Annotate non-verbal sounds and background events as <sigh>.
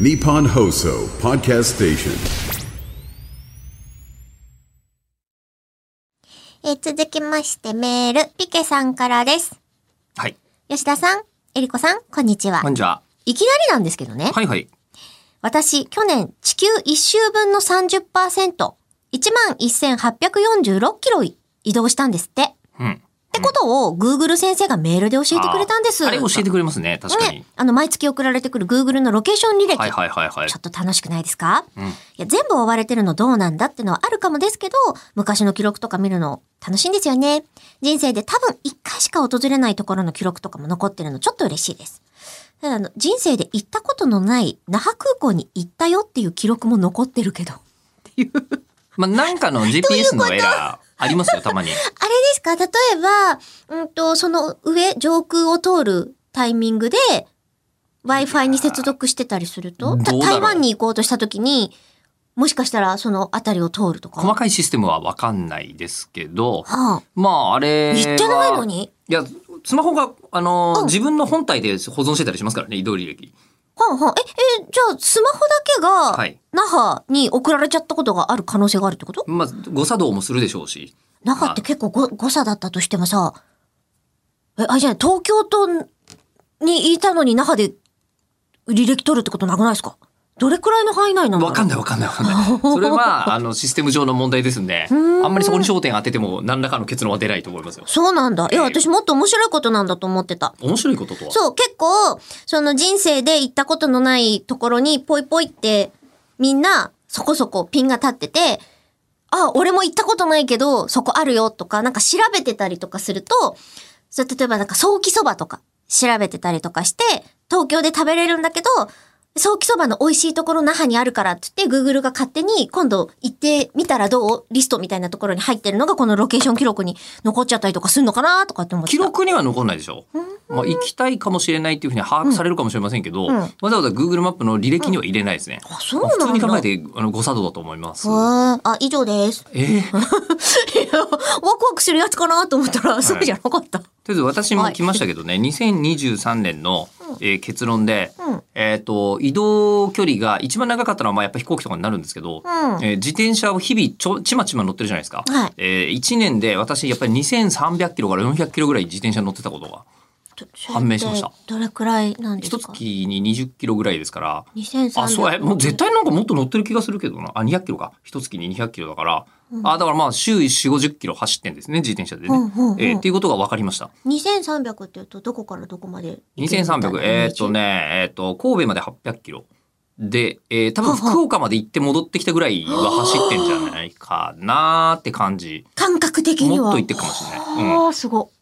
Nippon Hoso Podcast Station. えー続きましてメール、ピケさんからです。はい。吉田さん、えりこさん、こんにちは。こんにちは。いきなりなんですけどね。はいはい。私、去年、地球一周分の30%、11,846キロ移動したんですって。っうん。てことを、Google 先生がメールで教えてくれたんです。あーあれ教えてくれますね。確かに。ね、あの、毎月送られてくる Google のロケーション履歴。はいはいはいはいちょ。っと楽しくないですか、んいや全部追われてるのどうなんだってのはあるかもですけど、昔の記録とか見るの楽しいんですよね。人生で多分一回しか訪れないところの記録とかも残ってるのちょっと嬉しいです。ただあの、人生で行ったことのない那覇空港に行ったよっていう記録も残ってるけど。あまあ、なん <laughs> かの GPS のエラーありますよ、たまに。れですか例えば、うんと、その上、上空を通るタイミングで、Wi-Fi に接続してたりするとどうだたろう台湾に行こうとした時に、もしかしたらその辺りを通るとか。細かいシステムはわかんないですけど、はあ、まあ、あれは。言ってないのにいや、スマホが、あのーうん自分の本体で保存してたりしますからね、移動履歴。はんはん。え、え、じゃあ、スマホだはけがい、那覇に送られちゃったことがある可能性があるってこと、まあ、誤作動もするでしょうし。那覇って結構ご誤差だったとしてもさ、え、あれじゃない、東京都にいたのに那覇で履歴取るってことなくないですかどれくらいの範囲内なんだろうわかんないわかんないわか <laughs> んない。それは、あの、システム上の問題ですんで、あーんんまりそこに焦点当てても何らかの結論は出ないと思いますよ。そうなんだ。いや、ええ私もっと面白いことなんだと思ってた。面白いこととは。そう、結構、その人生で行ったことのないところにポイポイって、みんなそこそこピンが立ってて、あ、俺も行ったことないけど、そこあるよとか、なんか調べてたりとかすると、そう例えばなんか早期そばとか調べてたりとかして、東京で食べれるんだけど、早期そばの美味しいところ那覇にあるからって言って、Google が勝手に今度行ってみたらどうリストみたいなところに入ってるのがこのロケーション記録に残っちゃったりとかするのかなとかって思ってた。記録には残んないでしょ。まあ、行きたいかもしれないっていうふうに把握されるかもしれませんけど、うんわざわざ Google マップの履歴には入れないですね。あ、そうまなあんだ。普通に考えてあの誤作動だと思います。わあ、あ以上です。 <laughs> えー、とりあいやワクワクするやつかなと思ったら、そうじゃなかった。えず私も来ましたけどね、2023年の、えー結論で、うんえっ、と、移動距離が一番長かったのはまあやっぱ飛行機とかになるんですけど、うんえー自転車を日々ちょちまちま乗ってるじゃないですか。はいえ1年で私やっぱり2300キロから400キロぐらい自転車乗ってたことが、どそれ判明しましたってどれくらいなんです一か月に20キロぐらいですから、 2003あ、そうや。もう絶対なんかもっと乗ってる気がするけどな。あ、200キロか。一月に200キロだから。あ、だからまあ、週4、50キロ走ってんですね、自転車でね。うんうんうんえーっていうことが分かりました。 2300って言うと、どこからどこまで2300、えーっと。ね、えーっと、神戸まで800キロ。で、えー多分福岡まで行って戻ってきたぐらいは走ってんじゃないかなーって感じ。感覚的にもは。っと行ってるかもしれない。うん。ああ、すごい。